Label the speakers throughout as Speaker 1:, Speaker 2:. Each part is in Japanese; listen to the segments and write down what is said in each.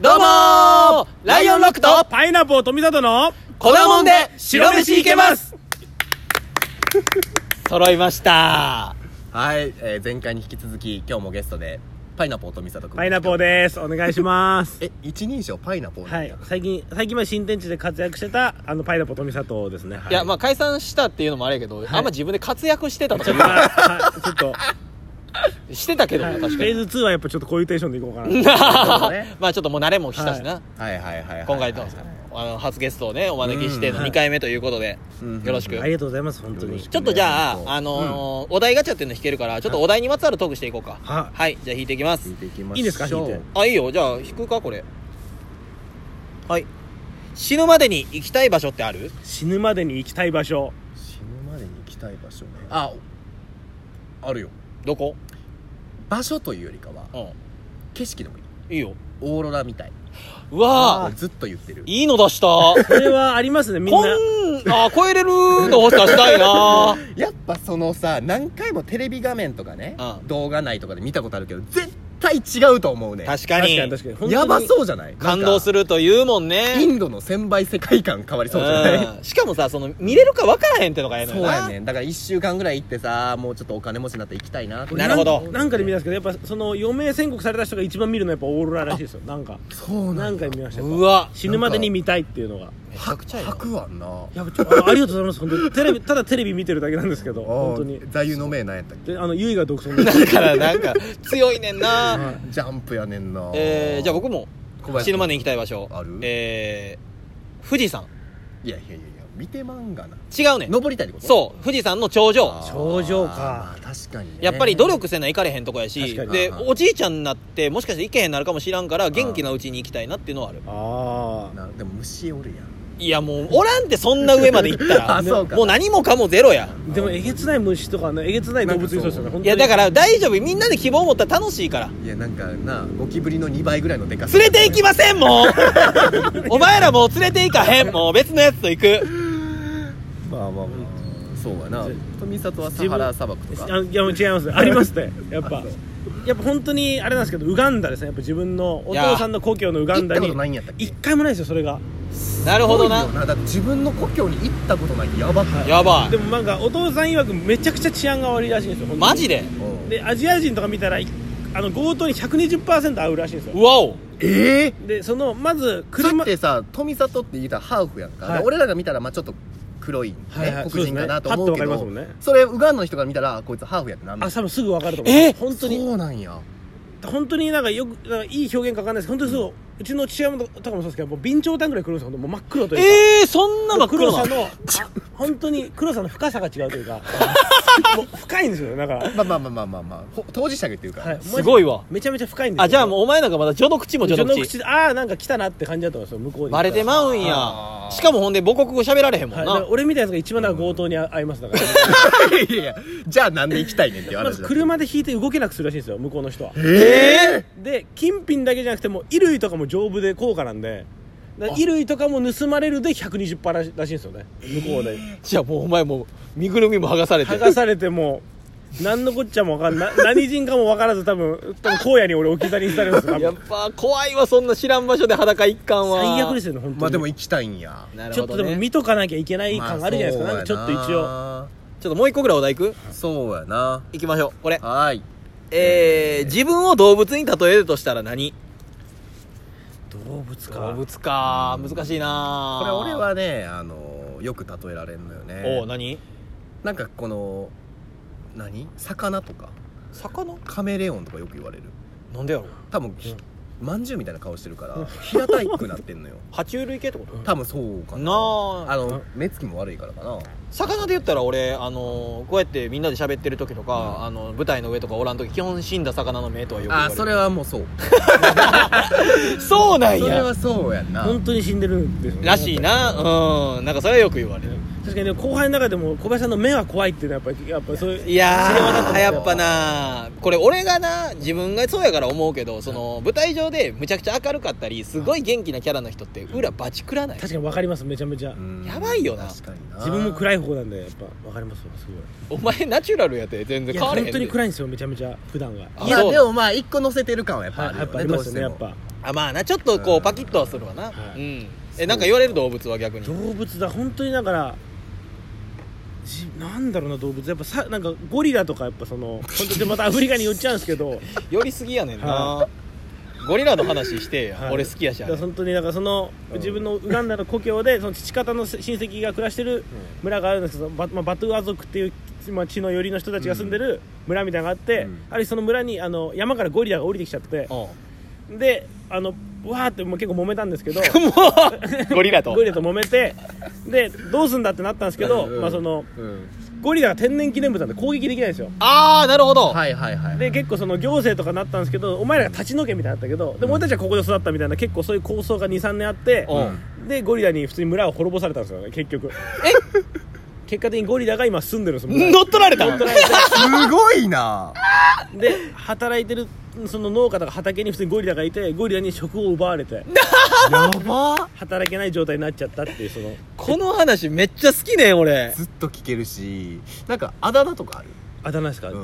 Speaker 1: どうもーライオンロックと
Speaker 2: パイナップル富里の
Speaker 1: 粉もんで白飯いけます揃いました
Speaker 3: はい、えー、前回に引き続き今日もゲストでパイナポーとミサト君
Speaker 2: パイナップルですお願いします
Speaker 3: え一人称パイナポーな
Speaker 2: は
Speaker 3: んだ
Speaker 2: い最近最近まで新天地で活躍してたあのパイナップル富里ですね
Speaker 1: いやまあ解散したっていうのもあれやけど、あんま自分で活躍してたとか
Speaker 2: まあはいちょっと、
Speaker 1: 言う してたけど
Speaker 2: は
Speaker 1: ない
Speaker 2: フ
Speaker 1: 確かに
Speaker 2: ェーズ2はやっぱちょっとこういうテンションでいこうか なね
Speaker 1: まあちょっともう慣れもしたしな、
Speaker 3: はいはいはいはい
Speaker 1: 今回どうですかあの初ゲストをねお招きしての2回目ということで、
Speaker 3: うん
Speaker 1: よろしく、
Speaker 2: ありがとうございます本当に
Speaker 1: ちょっとじゃあ
Speaker 3: う、ん
Speaker 1: あのーお題ガチャっていうの引けるからちょっとお題にまつわるトークしていこうか
Speaker 2: は
Speaker 1: はいじゃあ引いていきます
Speaker 3: 聞いていきましょう
Speaker 2: いいですか引いて
Speaker 1: あいいよじゃあ引くかこれはい死ぬまでに行きたい場所ってある
Speaker 2: 死ぬまでに行きたい場所
Speaker 3: 死ぬまでに行きたい場所ねああるよ
Speaker 1: どこ
Speaker 3: 場所というよりかは
Speaker 1: う
Speaker 3: 景色でもいい
Speaker 1: んいいよ
Speaker 3: オーロラみたいう
Speaker 1: わ
Speaker 3: 俺
Speaker 1: ー
Speaker 3: ずっと言ってる
Speaker 1: いいの出 した
Speaker 2: これはありますねみん
Speaker 1: こん
Speaker 2: な
Speaker 1: あー超えれるの出したいな
Speaker 3: やっぱそのさ何回もテレビ画面とかね、
Speaker 1: うん
Speaker 3: 動画内とかで見たことあるけど絶対違うと思うね
Speaker 1: 確か
Speaker 2: 確か
Speaker 1: に
Speaker 2: に確かに本当に
Speaker 3: やばそうじゃない
Speaker 1: 感動す
Speaker 3: る
Speaker 1: るというもんね
Speaker 3: インドの1000倍世界観変わりそうじゃない
Speaker 1: うんしかもさその見れるか分からへんってのがええの
Speaker 3: そう
Speaker 1: よな
Speaker 3: やねんだから1週間ぐらい行ってさもうちょっとお金持ちになって行きたいなって
Speaker 1: なるほど
Speaker 2: なんかで見たんですけどやっぱその余命宣告された人が一番見るのはやっぱオーロラらしいですよなんか
Speaker 3: そうな
Speaker 2: 何
Speaker 3: んか
Speaker 2: 回見ました
Speaker 1: うわ
Speaker 2: 死ぬまでに見たいっていうのが
Speaker 1: めちゃくちゃいいな
Speaker 3: 吐くわんない
Speaker 2: やちょあのありがとうございます本当にテレビただテレビ見てるだけなんですけど本当に
Speaker 3: あー座右の銘なんやったっけ
Speaker 2: であのゆいが独尊で
Speaker 1: だからなんか強いねんな
Speaker 3: ジャンプやねんな
Speaker 1: えー、じゃあ僕も
Speaker 3: 小林
Speaker 1: 死ぬまでに行きたい場所
Speaker 3: ある
Speaker 1: えー、富士山
Speaker 3: いやいやいやいや見てまんがな
Speaker 1: 違うねん
Speaker 3: 登りたいってこと
Speaker 1: そう富士山の頂上
Speaker 3: あー
Speaker 2: 頂上か
Speaker 3: まあ確かにね
Speaker 1: やっぱり努力せないかれへんとこやし
Speaker 2: 確かに
Speaker 1: で
Speaker 3: うんうん
Speaker 1: おじいちゃんになってもしかして行けへんなるかもしらんから元気なうちに行きたいなっていうのはある
Speaker 2: あ
Speaker 3: なでも虫おるやん
Speaker 1: いやもうおらんってそんな上まで行った ら
Speaker 3: あそうか
Speaker 1: もう何もかもゼロや
Speaker 2: あでもえげつない虫とかねえげつない動物いそうですよね本当
Speaker 1: い
Speaker 2: に
Speaker 1: やだから大丈夫みんなで希望を持ったら楽しいから
Speaker 3: いやなんかなゴキブリの2倍ぐらいのでかさ
Speaker 1: 連れて行きませんもう お前らもう連れて行かへんもう別のやつと行く
Speaker 3: まあまあまあそうやな富里はサハラ砂漠とか
Speaker 2: あいやもう違いますねありますねやっぱやっぱ本当にあれなんですけどウガンダですねやっぱ自分のお父さんの故郷のウガンダ
Speaker 3: 行ったこ
Speaker 2: に
Speaker 3: とないんやったっけ
Speaker 2: 一回もないですよそれが
Speaker 1: なるほどな
Speaker 3: すごいよだって自分の故郷に行ったことないってやばくない
Speaker 1: やば
Speaker 2: でもなんかお父さん曰くめちゃくちゃ治安が悪いらしいんですよ
Speaker 1: い
Speaker 2: 本当に
Speaker 1: マジで
Speaker 3: うん
Speaker 2: でアジア人とか見たらいあの強盗に120%合うらしいんです
Speaker 1: う
Speaker 2: よ
Speaker 1: わお
Speaker 3: ええ
Speaker 2: でそのまず
Speaker 3: 車
Speaker 2: 車
Speaker 3: ってさ富里って言ったらハーフやんか、
Speaker 2: はい
Speaker 3: で俺らが見たらまあちょっと黒い、ね
Speaker 2: はいはい
Speaker 3: 黒人かなと思うけど
Speaker 2: そ
Speaker 3: そ,、
Speaker 2: うですねパッとわかりますもんね
Speaker 3: れウガンダの人から見たらこいつハーフやってなんの
Speaker 2: あ多分すぐ分かると思う
Speaker 1: え
Speaker 2: 本当に
Speaker 3: そうなんや
Speaker 2: 本当になんかよくなんかいい表現かわかんないですけど本当にそううちの父親とかもそうですけどもう備長炭ぐらい黒いんですよ本当もう真っ黒というか、
Speaker 1: えー、そんな真っ
Speaker 2: 黒
Speaker 1: 黒
Speaker 2: さ
Speaker 1: な
Speaker 2: のあ本当に黒さの深さが違うとい うかもう深いんですよねだから、
Speaker 3: まあまあまあまあまあ、まあほ、当事者が言ってるから、
Speaker 2: は い、
Speaker 1: すごいわ
Speaker 2: めちゃめちゃ深いんですよ
Speaker 1: あじゃあもうお前なんかまだ序の口も
Speaker 2: 序
Speaker 1: 序の
Speaker 2: の
Speaker 1: 口
Speaker 2: 口でああなんか来たなって感じだと思うんですよ向こうに
Speaker 1: バレてまうんや
Speaker 3: あー
Speaker 1: しかもほんで母国語喋られへんも
Speaker 2: は
Speaker 1: ん
Speaker 2: い、
Speaker 1: な、
Speaker 2: だから俺みたいなやつが一番なんか強盗にあ合いますだから、
Speaker 3: いやいやじゃあなんで行きたいねんっていう
Speaker 2: ま
Speaker 3: 話
Speaker 2: ず
Speaker 3: だ
Speaker 2: 車で引いて動けなくするらしいんですよ向こうの人は
Speaker 3: え
Speaker 2: で金品だけじゃなくてもう衣類とかも丈夫で高価なんでだから衣類とかも盗まれるで120%らしらしいんですよね向こうで
Speaker 1: じゃあもうお前もう身ぐるみも剥がされて
Speaker 2: 剥がされてもう何のこっちゃも分かんない 何人かも分からず多分多分荒野に俺置き去りにされるんですよ多
Speaker 1: やっ
Speaker 2: 分
Speaker 1: ぱ怖いわそんな知らん場所で裸一貫は
Speaker 2: 最悪ですよね本当に
Speaker 3: まあでも行きたいんや
Speaker 1: なる
Speaker 2: ちょ
Speaker 1: ほ
Speaker 2: っと
Speaker 1: ど、ね、
Speaker 2: で
Speaker 1: ち
Speaker 2: も
Speaker 1: ょ
Speaker 2: 見とかなきゃいけない感あるじゃないですか、なんかちょっと一応
Speaker 3: 応
Speaker 1: っともう一個ぐらいお題いく
Speaker 3: そうやない
Speaker 1: きましょうこれ
Speaker 3: はーい
Speaker 1: えー、自分を動物に例えるとしたら何
Speaker 2: 動物
Speaker 1: 動
Speaker 2: か
Speaker 1: 物か難しいな
Speaker 3: これ俺はねあのよく例えられんのよ
Speaker 1: おう
Speaker 3: ね
Speaker 1: 何
Speaker 3: なんかこの何魚とか
Speaker 1: 魚
Speaker 3: カメレオンとかよく言われる
Speaker 1: なんでやろう
Speaker 3: 多分ひまんじゅうみたいな顔してるから平たいくなってんのよ
Speaker 1: 爬虫類系ってこと
Speaker 3: 多分そうかな
Speaker 1: な
Speaker 3: あ
Speaker 1: あ
Speaker 3: の目つきも悪いからかな
Speaker 1: 魚で言ったら俺あのこうやってみんなで喋ってる時とか、あの舞台の上とかおらん時基本死んだ魚の目とはよく言わ
Speaker 3: あ
Speaker 1: れる
Speaker 3: それはもうそう
Speaker 1: そうなん
Speaker 3: それ
Speaker 1: や
Speaker 3: はそうやんな
Speaker 2: 本当に死んでるんですよね
Speaker 1: らしいなうんなんかそれはよく言われる
Speaker 2: 確かにね後輩の中でも小林さんの目は怖いっていうのはやっぱりやっぱりそういう
Speaker 1: いやーやっぱなこれ俺がな自分がそうやから思うけどその舞台上でむちゃくちゃ明るかったりすごい元気なキャラの人って裏バチ食らない
Speaker 2: 確かに分かりますめちゃめちゃ、
Speaker 3: うん
Speaker 1: やばいよな
Speaker 3: 確かにな
Speaker 2: 自分も
Speaker 3: い
Speaker 2: 暗い方なんでやっぱ分かりますよすごい
Speaker 1: お前ナチュラルやて全然
Speaker 2: いや
Speaker 1: 変われへん
Speaker 2: 本
Speaker 1: で
Speaker 2: 当に暗いんですよめちゃめちゃ普段が
Speaker 1: あ
Speaker 3: いや
Speaker 1: そう
Speaker 3: でもまあ一個乗せてる感はやっぱ
Speaker 2: は
Speaker 3: あ
Speaker 2: い
Speaker 3: る
Speaker 2: や
Speaker 3: よ
Speaker 2: っぱあ
Speaker 3: ね
Speaker 2: り
Speaker 3: ど
Speaker 2: ま
Speaker 3: う
Speaker 2: すよ
Speaker 3: して
Speaker 2: ねやっ
Speaker 3: も
Speaker 2: ぱ
Speaker 1: あまあなちょっとこ
Speaker 3: う
Speaker 1: うんパキッとはするわな、
Speaker 2: はい
Speaker 1: うん
Speaker 3: そう
Speaker 1: えなんか言われる動物は逆に
Speaker 2: 動物だ本当にだからじなんだろうな動物やっぱさなんかゴリラとかやっぱその本当にまたアフリカに寄っちゃうんです けど
Speaker 1: 寄りすぎやねんな、
Speaker 2: は
Speaker 1: ゴリラの話してや、
Speaker 2: はい
Speaker 1: 俺好きやし
Speaker 2: だ
Speaker 1: あ
Speaker 2: か
Speaker 1: れ
Speaker 2: ら本当にだからその自分のウガンダの故郷でその父方の親戚が暮らしてる村があるんですけどバ,、まあ、バトゥア族っていう、まあ、血の寄りの人たちが住んでる村みたいなのがあって、
Speaker 3: うん
Speaker 2: ある日その村にあの山からゴリラが降りてきちゃって
Speaker 1: うん
Speaker 2: であのわーってもう結構揉めたんですけど
Speaker 1: ゴリラと
Speaker 2: ゴリラと揉めてでどうすんだってなったんですけど、
Speaker 3: うん
Speaker 2: まあ、その
Speaker 3: うん
Speaker 2: ゴリラが天然記念物なんで攻撃できないんですよ
Speaker 1: ああなるほど、
Speaker 3: はいはいはい
Speaker 2: で結構その行政とかなったんですけどお前らが立ち退けみたいになったけどで俺たちはここで育ったみたいな結構そういう構想が23年あって
Speaker 1: うん
Speaker 2: でゴリラに普通に村を滅ぼされたんですよね結局結果的にゴリラが今住んでるんです村に
Speaker 1: 乗っ取られた
Speaker 2: 乗っ取られて
Speaker 3: すごい な
Speaker 2: で働いてるその農家とか畑に普通にゴリラがいてゴリラに職を奪われて
Speaker 3: やば
Speaker 2: 働けない状態になっちゃったっていうその
Speaker 1: この話めっちゃ好きねん俺
Speaker 3: ずっと聞けるしなんかあだ名とかある
Speaker 2: あだ名ですか、
Speaker 3: うん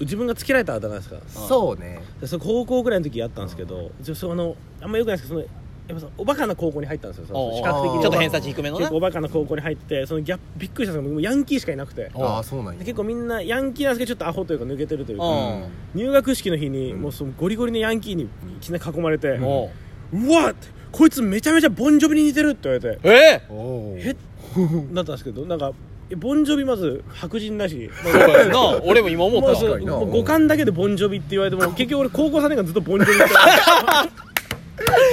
Speaker 2: 自分がつけられたあだ名ですか
Speaker 3: そうね
Speaker 2: でその高校ぐらいの時やったんですけど、ちょそのあんまよくないですけどそのやっぱそのおバカな高校に入ったんですよその
Speaker 1: おうお
Speaker 2: 比
Speaker 1: う
Speaker 2: 較的に
Speaker 1: ちょっと偏差値低めのな
Speaker 2: 結構おバカな高校に入ってそのギャップびっくりしたんですけどもうヤンキーしかいなくて
Speaker 1: うん
Speaker 3: ああそうなん
Speaker 2: で
Speaker 3: や
Speaker 2: 結構みんなヤンキーなんですけどちょっとアホというか抜けてるという
Speaker 1: う
Speaker 2: か
Speaker 1: ん
Speaker 2: 入学式の日に
Speaker 3: うん
Speaker 2: もうそのゴリゴリのヤンキーにいきなり囲まれて「
Speaker 1: おう
Speaker 2: うわっこいつめちゃめちゃボンジョビに似てる!」って言われて
Speaker 1: え
Speaker 3: おお
Speaker 2: えっなったんですけどなんかえボンジョビまず白人だし
Speaker 1: ー、そうやな俺も今思っ
Speaker 2: もう
Speaker 1: た
Speaker 2: そ
Speaker 1: わ
Speaker 2: う
Speaker 3: いな
Speaker 2: もう五感だけでボンジョビって言われても結局俺高校3年間ずっとボンジョビって言 われて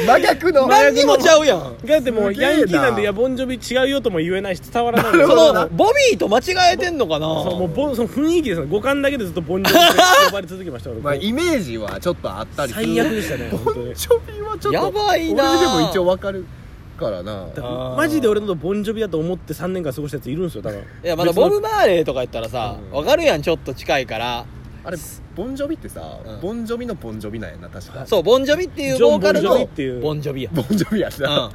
Speaker 3: 真逆の
Speaker 1: 何にもちゃうやん
Speaker 2: だってもう
Speaker 3: すげえな
Speaker 2: ヤンキーなんでいやボンジョビ違うよとも言えないし伝わらない
Speaker 3: な
Speaker 1: そ
Speaker 3: るほど
Speaker 1: のボビーと間違えてんのかな
Speaker 2: そうもうボンその雰囲気ですね五感だけでずっとボンジョビって呼ばれ続けました俺
Speaker 3: まあイメージはちょっとあったりする
Speaker 2: 最悪でしたね
Speaker 3: ボ
Speaker 2: 本当
Speaker 3: ン
Speaker 2: に
Speaker 3: ジョビはちょっと
Speaker 1: やばいな
Speaker 3: 俺でも一応わかるからな
Speaker 2: だか
Speaker 1: あ
Speaker 2: ら
Speaker 1: ー
Speaker 2: マジで俺のことボンジョビだと思って3年間過ごしたやついるんですよ多分
Speaker 1: いやまだ
Speaker 2: 別
Speaker 1: ボ
Speaker 2: の
Speaker 1: ブ・マーレーとかやったらさ
Speaker 3: うん
Speaker 1: わかるやんちょっと近いから
Speaker 3: あれボンジョビってさ
Speaker 1: うん
Speaker 3: ボンジョビのボンジョビなんやな確か
Speaker 1: そうボンジョビっていう
Speaker 2: ジョ
Speaker 1: ボ
Speaker 2: ン
Speaker 1: ーカル
Speaker 2: ボンジョ
Speaker 1: の
Speaker 2: ビっていう
Speaker 1: ボンジョビや
Speaker 3: ボンジョビやしな
Speaker 1: う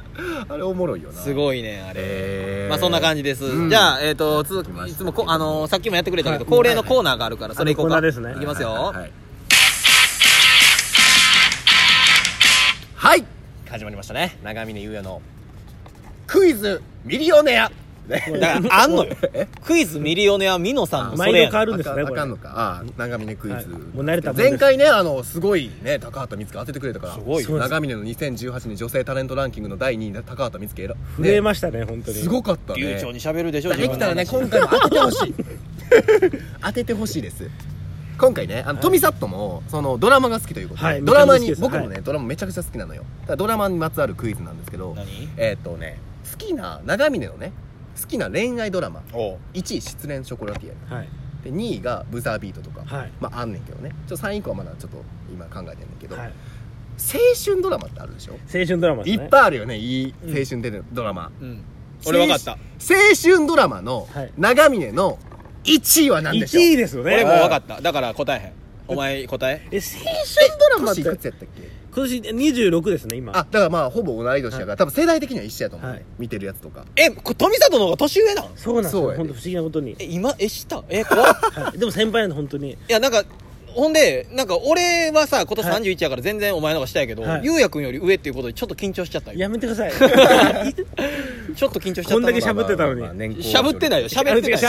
Speaker 3: あれおもろいよな
Speaker 1: す
Speaker 3: い
Speaker 1: ごいねあれ
Speaker 3: え
Speaker 1: まあそんな感じです、
Speaker 3: うん
Speaker 1: じゃあえっ、とつ
Speaker 3: きました
Speaker 1: いつもこあのーさっきもやってくれたけど、
Speaker 2: はい
Speaker 1: 恒例のコーナーがあるからそれいこうか
Speaker 2: あのコーナーですね
Speaker 1: いきますよ、
Speaker 3: はいはいはい、はい始まりましたね長峰優也のクイズミリオネアね
Speaker 1: だからあん のよクイズミリオネアミノさんのそ
Speaker 2: 毎度
Speaker 1: れやねん
Speaker 2: 変わるんですね
Speaker 3: あか
Speaker 2: こ
Speaker 3: ん
Speaker 2: れ
Speaker 3: あかんのかああ長峰クイズ、
Speaker 2: はいもう慣れたもんです
Speaker 3: 前回ねあのすごいね高畑充希当ててくれたから
Speaker 1: すごいよ
Speaker 2: そうです
Speaker 3: 長峰の2018年女性タレントランキングの第2位で高畑充希が選
Speaker 2: 震えましたね本当に
Speaker 3: すごかったね
Speaker 1: 流暢に喋るでしょ
Speaker 3: できたらね
Speaker 1: 自分
Speaker 3: 今
Speaker 1: の話
Speaker 3: 回も当ててほしい 当ててほしいです今回ねあの、トミサットもそのドラマが好きということで、
Speaker 2: はい
Speaker 3: ドラマに
Speaker 2: めちゃめ
Speaker 3: 僕
Speaker 2: ちゃ好きです
Speaker 3: もね、ドラマめちゃくちゃ好きなのよただドラマにまつわるクイズなんですけど
Speaker 1: 何
Speaker 3: えーっとね好きな長峰のね好きな恋愛ドラマ
Speaker 1: おう
Speaker 3: 1位失恋ショコラティエ
Speaker 2: はい
Speaker 3: で2位がブザービートとか、
Speaker 2: はい
Speaker 3: まああんねんけどねちょっと3位以降はまだちょっと今考えてんねんけど、
Speaker 2: はい
Speaker 3: 青春ドラマってあるでしょ
Speaker 2: 青春ドラマです
Speaker 3: い
Speaker 2: ね
Speaker 3: っぱいあるよねいい青春でドラマ、
Speaker 1: うん俺わかった
Speaker 3: 青春ドラマの
Speaker 2: はい
Speaker 3: 長峰の1位は何でし
Speaker 2: 1
Speaker 3: ょう、
Speaker 2: 位ですよね
Speaker 1: 俺もわか
Speaker 2: っ
Speaker 1: っただから答えへんお前答え
Speaker 2: え青春ドラマっ
Speaker 3: 年
Speaker 2: て
Speaker 3: いくつやったっけ
Speaker 2: 今年26ですね今
Speaker 3: あだからまあほぼ同い年やから、多分世代的には一緒やと思う、ね
Speaker 2: はい
Speaker 3: 見てるやつとか
Speaker 1: えこ富里の方が年上なん
Speaker 2: そうなんです
Speaker 3: そう
Speaker 2: よ
Speaker 3: やね
Speaker 2: 本当不思議なことに
Speaker 1: え今え下 え怖っ
Speaker 2: はいでも先輩なんで本当に
Speaker 1: いやなんかほんでなんか俺はさ今年
Speaker 2: はい
Speaker 1: 31やから全然お前の方が下やけど
Speaker 2: はい
Speaker 1: ゆうやくんより上っていうことでちょっと緊張しちゃったよ
Speaker 2: やめてください
Speaker 1: ちょっと緊張しちゃった
Speaker 2: こんだけ
Speaker 1: しゃ
Speaker 2: 喋ってたのに
Speaker 1: ぶってないよしゃべってない
Speaker 2: あれ違う違う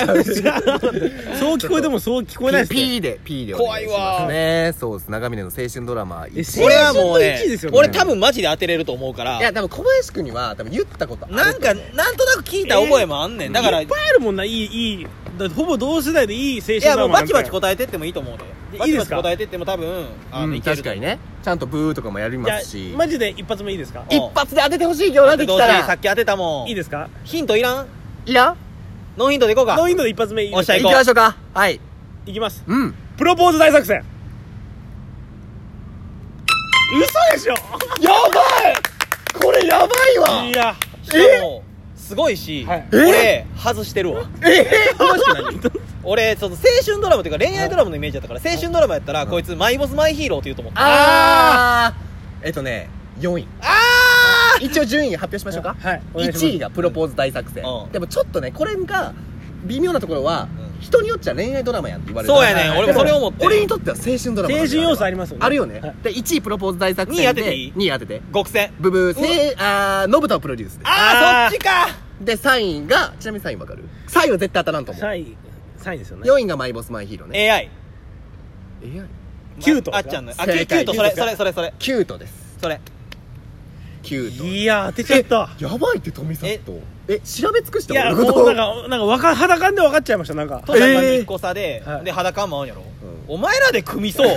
Speaker 2: そう聞こえてもそう聞こえないです
Speaker 3: ピ
Speaker 2: ね
Speaker 3: ーでピーで
Speaker 1: 怖いわ
Speaker 3: お願しますねそうです長峰の青春ドラマ
Speaker 2: え
Speaker 1: 俺はもう
Speaker 2: 青春
Speaker 1: ね
Speaker 2: の1位ですよね
Speaker 1: 俺多分マジで当てれると思うか
Speaker 3: いや
Speaker 1: ら
Speaker 3: 多分小林君には多分言ったことある
Speaker 1: なんかなんとなく聞いた覚えもあんねんだから
Speaker 2: いっぱいあるもんないいいいだってほぼ同世代でいい青春
Speaker 1: い
Speaker 2: ド
Speaker 1: や
Speaker 2: ラ
Speaker 1: もう
Speaker 2: マな
Speaker 1: バ
Speaker 2: ん
Speaker 1: チ
Speaker 2: て
Speaker 1: バチ答えてってもいいと思うでバ
Speaker 2: い
Speaker 1: チ
Speaker 2: いで
Speaker 1: バ
Speaker 2: す
Speaker 1: チ
Speaker 2: か
Speaker 1: 答えてっても多分あの
Speaker 3: うん
Speaker 1: いける
Speaker 3: 確かにねちゃんとブーとかもやり
Speaker 2: じゃ
Speaker 3: ま
Speaker 2: あ
Speaker 3: すし
Speaker 2: マジで一発目いいですか
Speaker 1: い
Speaker 3: 一発で当ててほしいけどなで
Speaker 1: ど
Speaker 3: き
Speaker 1: う
Speaker 3: た
Speaker 1: しさ
Speaker 3: ら
Speaker 1: っき当てたもん
Speaker 2: いいですか
Speaker 1: ヒントいらん
Speaker 3: いらん
Speaker 1: ノーヒントでいこうか
Speaker 2: ノーインドで一発目いいです
Speaker 1: お
Speaker 2: か
Speaker 1: っ
Speaker 3: 行
Speaker 1: し
Speaker 3: き
Speaker 1: ゃ
Speaker 3: ましょうかはい
Speaker 2: いきます
Speaker 3: うん
Speaker 2: プロポーズ大作戦嘘でしょ
Speaker 3: やばいこれやばいわ
Speaker 2: いや
Speaker 1: しかもすごいし、
Speaker 2: はい
Speaker 1: 俺外して るわ俺その青春ドラマっていうか恋愛ドラマのイメージだったから青春ドラマやったらこいつマイボスマイヒーローって言うと思った
Speaker 3: あーえっとね4位
Speaker 1: あ
Speaker 3: 一応順位発表しましょうか
Speaker 2: はいお願いします
Speaker 3: 1位がプロポーズ大作戦
Speaker 1: うん
Speaker 3: でもちょっとねこれが微妙なところは
Speaker 1: うん
Speaker 3: 人によっちゃ恋愛ドラマやんって言われる
Speaker 1: そうやねん
Speaker 3: はい
Speaker 1: 俺もそれ思って
Speaker 3: 俺にとっては青春ドラマなんだよ
Speaker 2: 青春要素ありますよね
Speaker 3: あるよね、
Speaker 2: はい
Speaker 3: で1位プロポーズ大作
Speaker 1: 二位
Speaker 3: 戦
Speaker 1: 当ててい
Speaker 3: で
Speaker 1: い
Speaker 3: 2位当てて
Speaker 1: 極戦
Speaker 3: ブブーせあー信太をプロデュースで
Speaker 1: あ
Speaker 3: す
Speaker 1: あ
Speaker 2: あー
Speaker 1: そっちか
Speaker 3: で3位がちなみに3位わかる3位は絶対当たらんと思う
Speaker 2: サインサインですよね
Speaker 3: 4位がマイボスマイヒーローね
Speaker 1: AI
Speaker 3: えいや
Speaker 2: キュート
Speaker 1: あっちゃんのあキュ
Speaker 3: 正解
Speaker 1: ートそれそれそれそれ
Speaker 3: キュートです
Speaker 1: それ
Speaker 3: キュート
Speaker 2: いや当てちゃった
Speaker 3: やばいって富里え調べ尽くし
Speaker 2: い
Speaker 3: た
Speaker 2: や
Speaker 3: 俺の
Speaker 2: もうなんかなんかわか裸眼で分かっちゃいましたなんか
Speaker 1: と中に1個差で、
Speaker 2: はい
Speaker 1: で裸も合うんやろ、
Speaker 3: ん
Speaker 1: お前らで組みそう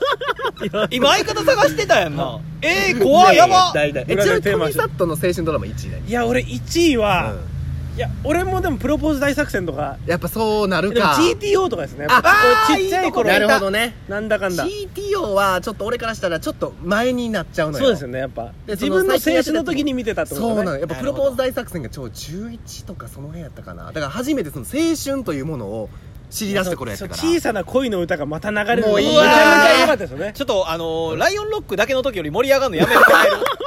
Speaker 1: 今相方探してたやんなえー、怖い
Speaker 3: い
Speaker 1: や
Speaker 3: やいや
Speaker 1: ば
Speaker 3: 大体えち
Speaker 2: 裏
Speaker 3: なみ
Speaker 2: で
Speaker 3: に
Speaker 2: テーマ
Speaker 3: 富里の青春ドラマ1位だよ
Speaker 2: いや俺1位は、
Speaker 3: うん
Speaker 2: いや俺もでもプロポーズ大作戦とか
Speaker 3: やっぱそうなる
Speaker 2: でも
Speaker 3: か
Speaker 2: GTO とかですね
Speaker 3: あ
Speaker 2: こ
Speaker 1: あ
Speaker 2: う
Speaker 1: ー
Speaker 2: ちっちゃ
Speaker 1: いい
Speaker 2: い
Speaker 1: とこ
Speaker 2: 頃
Speaker 1: だ
Speaker 3: な
Speaker 1: ろ
Speaker 3: るほどね
Speaker 2: なんだかんだ
Speaker 3: GTO はちょっと俺からしたらちょっと前になっちゃうのよ
Speaker 2: そうですよねやっぱ
Speaker 3: で
Speaker 2: 自
Speaker 3: その
Speaker 2: 分の青春の時に見てたってこと
Speaker 3: そうな
Speaker 2: だ
Speaker 3: の
Speaker 2: ね
Speaker 3: やっぱプロポーズ大作戦が超11とかその辺やったかなだから初めてその青春というものを知り出した頃やったから
Speaker 2: そう小さな恋の歌がまた流れるの
Speaker 3: も
Speaker 2: が
Speaker 3: う
Speaker 2: め
Speaker 3: い
Speaker 2: ちゃ
Speaker 3: い
Speaker 2: め
Speaker 3: わ
Speaker 2: ちゃ良かったですよね
Speaker 1: ちょっとあのーライオンロックだけの時より盛り上がるのやめてもらえ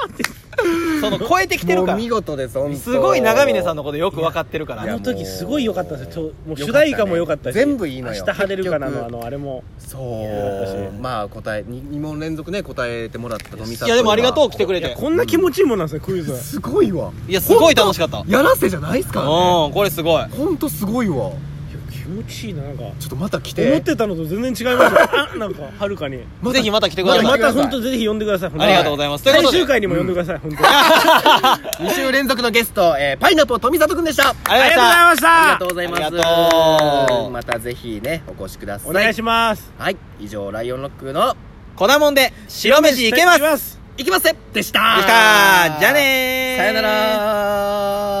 Speaker 1: るその超えてきてる
Speaker 3: も
Speaker 1: か
Speaker 3: う
Speaker 1: ら
Speaker 3: 見事です本当
Speaker 1: すごい長峰さんのことよく分かってるから
Speaker 2: あの
Speaker 3: いやもう
Speaker 2: 時すごい良かったですよちょもう主題歌も良かったし
Speaker 3: 良かったね全部いいのよ
Speaker 2: 明日晴れるかな
Speaker 3: 結
Speaker 2: のあ
Speaker 3: 局
Speaker 2: のあれも
Speaker 3: そうまあ答え 2, 問連続ね答えてもらった富里
Speaker 1: いやでもありがとう来てくれ
Speaker 2: いや
Speaker 1: て
Speaker 2: こんな気持ちいいもんなんですねクイズは
Speaker 3: すごいわ
Speaker 1: いやすごい楽しかったうん
Speaker 3: やらせじゃないっすからね
Speaker 1: これすごい
Speaker 3: ほんとすごいわ
Speaker 2: 気持ちいいななんか
Speaker 3: ちょっとまた来て
Speaker 2: 思ってたのと全然違いま したあなんかはるかに
Speaker 3: また
Speaker 1: ぜひまた来てくだ
Speaker 3: まだ
Speaker 1: さい、
Speaker 3: 来
Speaker 2: ま
Speaker 3: てくだ
Speaker 2: た
Speaker 3: さい
Speaker 2: 本当ぜひ呼んでください本当
Speaker 1: ありがとうございますという
Speaker 2: 最
Speaker 1: ことで
Speaker 2: 終回にも呼んでください本当に
Speaker 3: 2週連続のゲスト、えーパイナップル富里くんでした
Speaker 1: ありがとうございました
Speaker 3: ありがとうございます
Speaker 1: ありがとう
Speaker 3: またぜひねお越しください
Speaker 2: お願いします
Speaker 3: はい以上ライオンロックの
Speaker 1: 粉もんで白飯いけます
Speaker 2: ます
Speaker 3: 「いきますぜでした
Speaker 1: でしたじゃあねー
Speaker 3: さよなら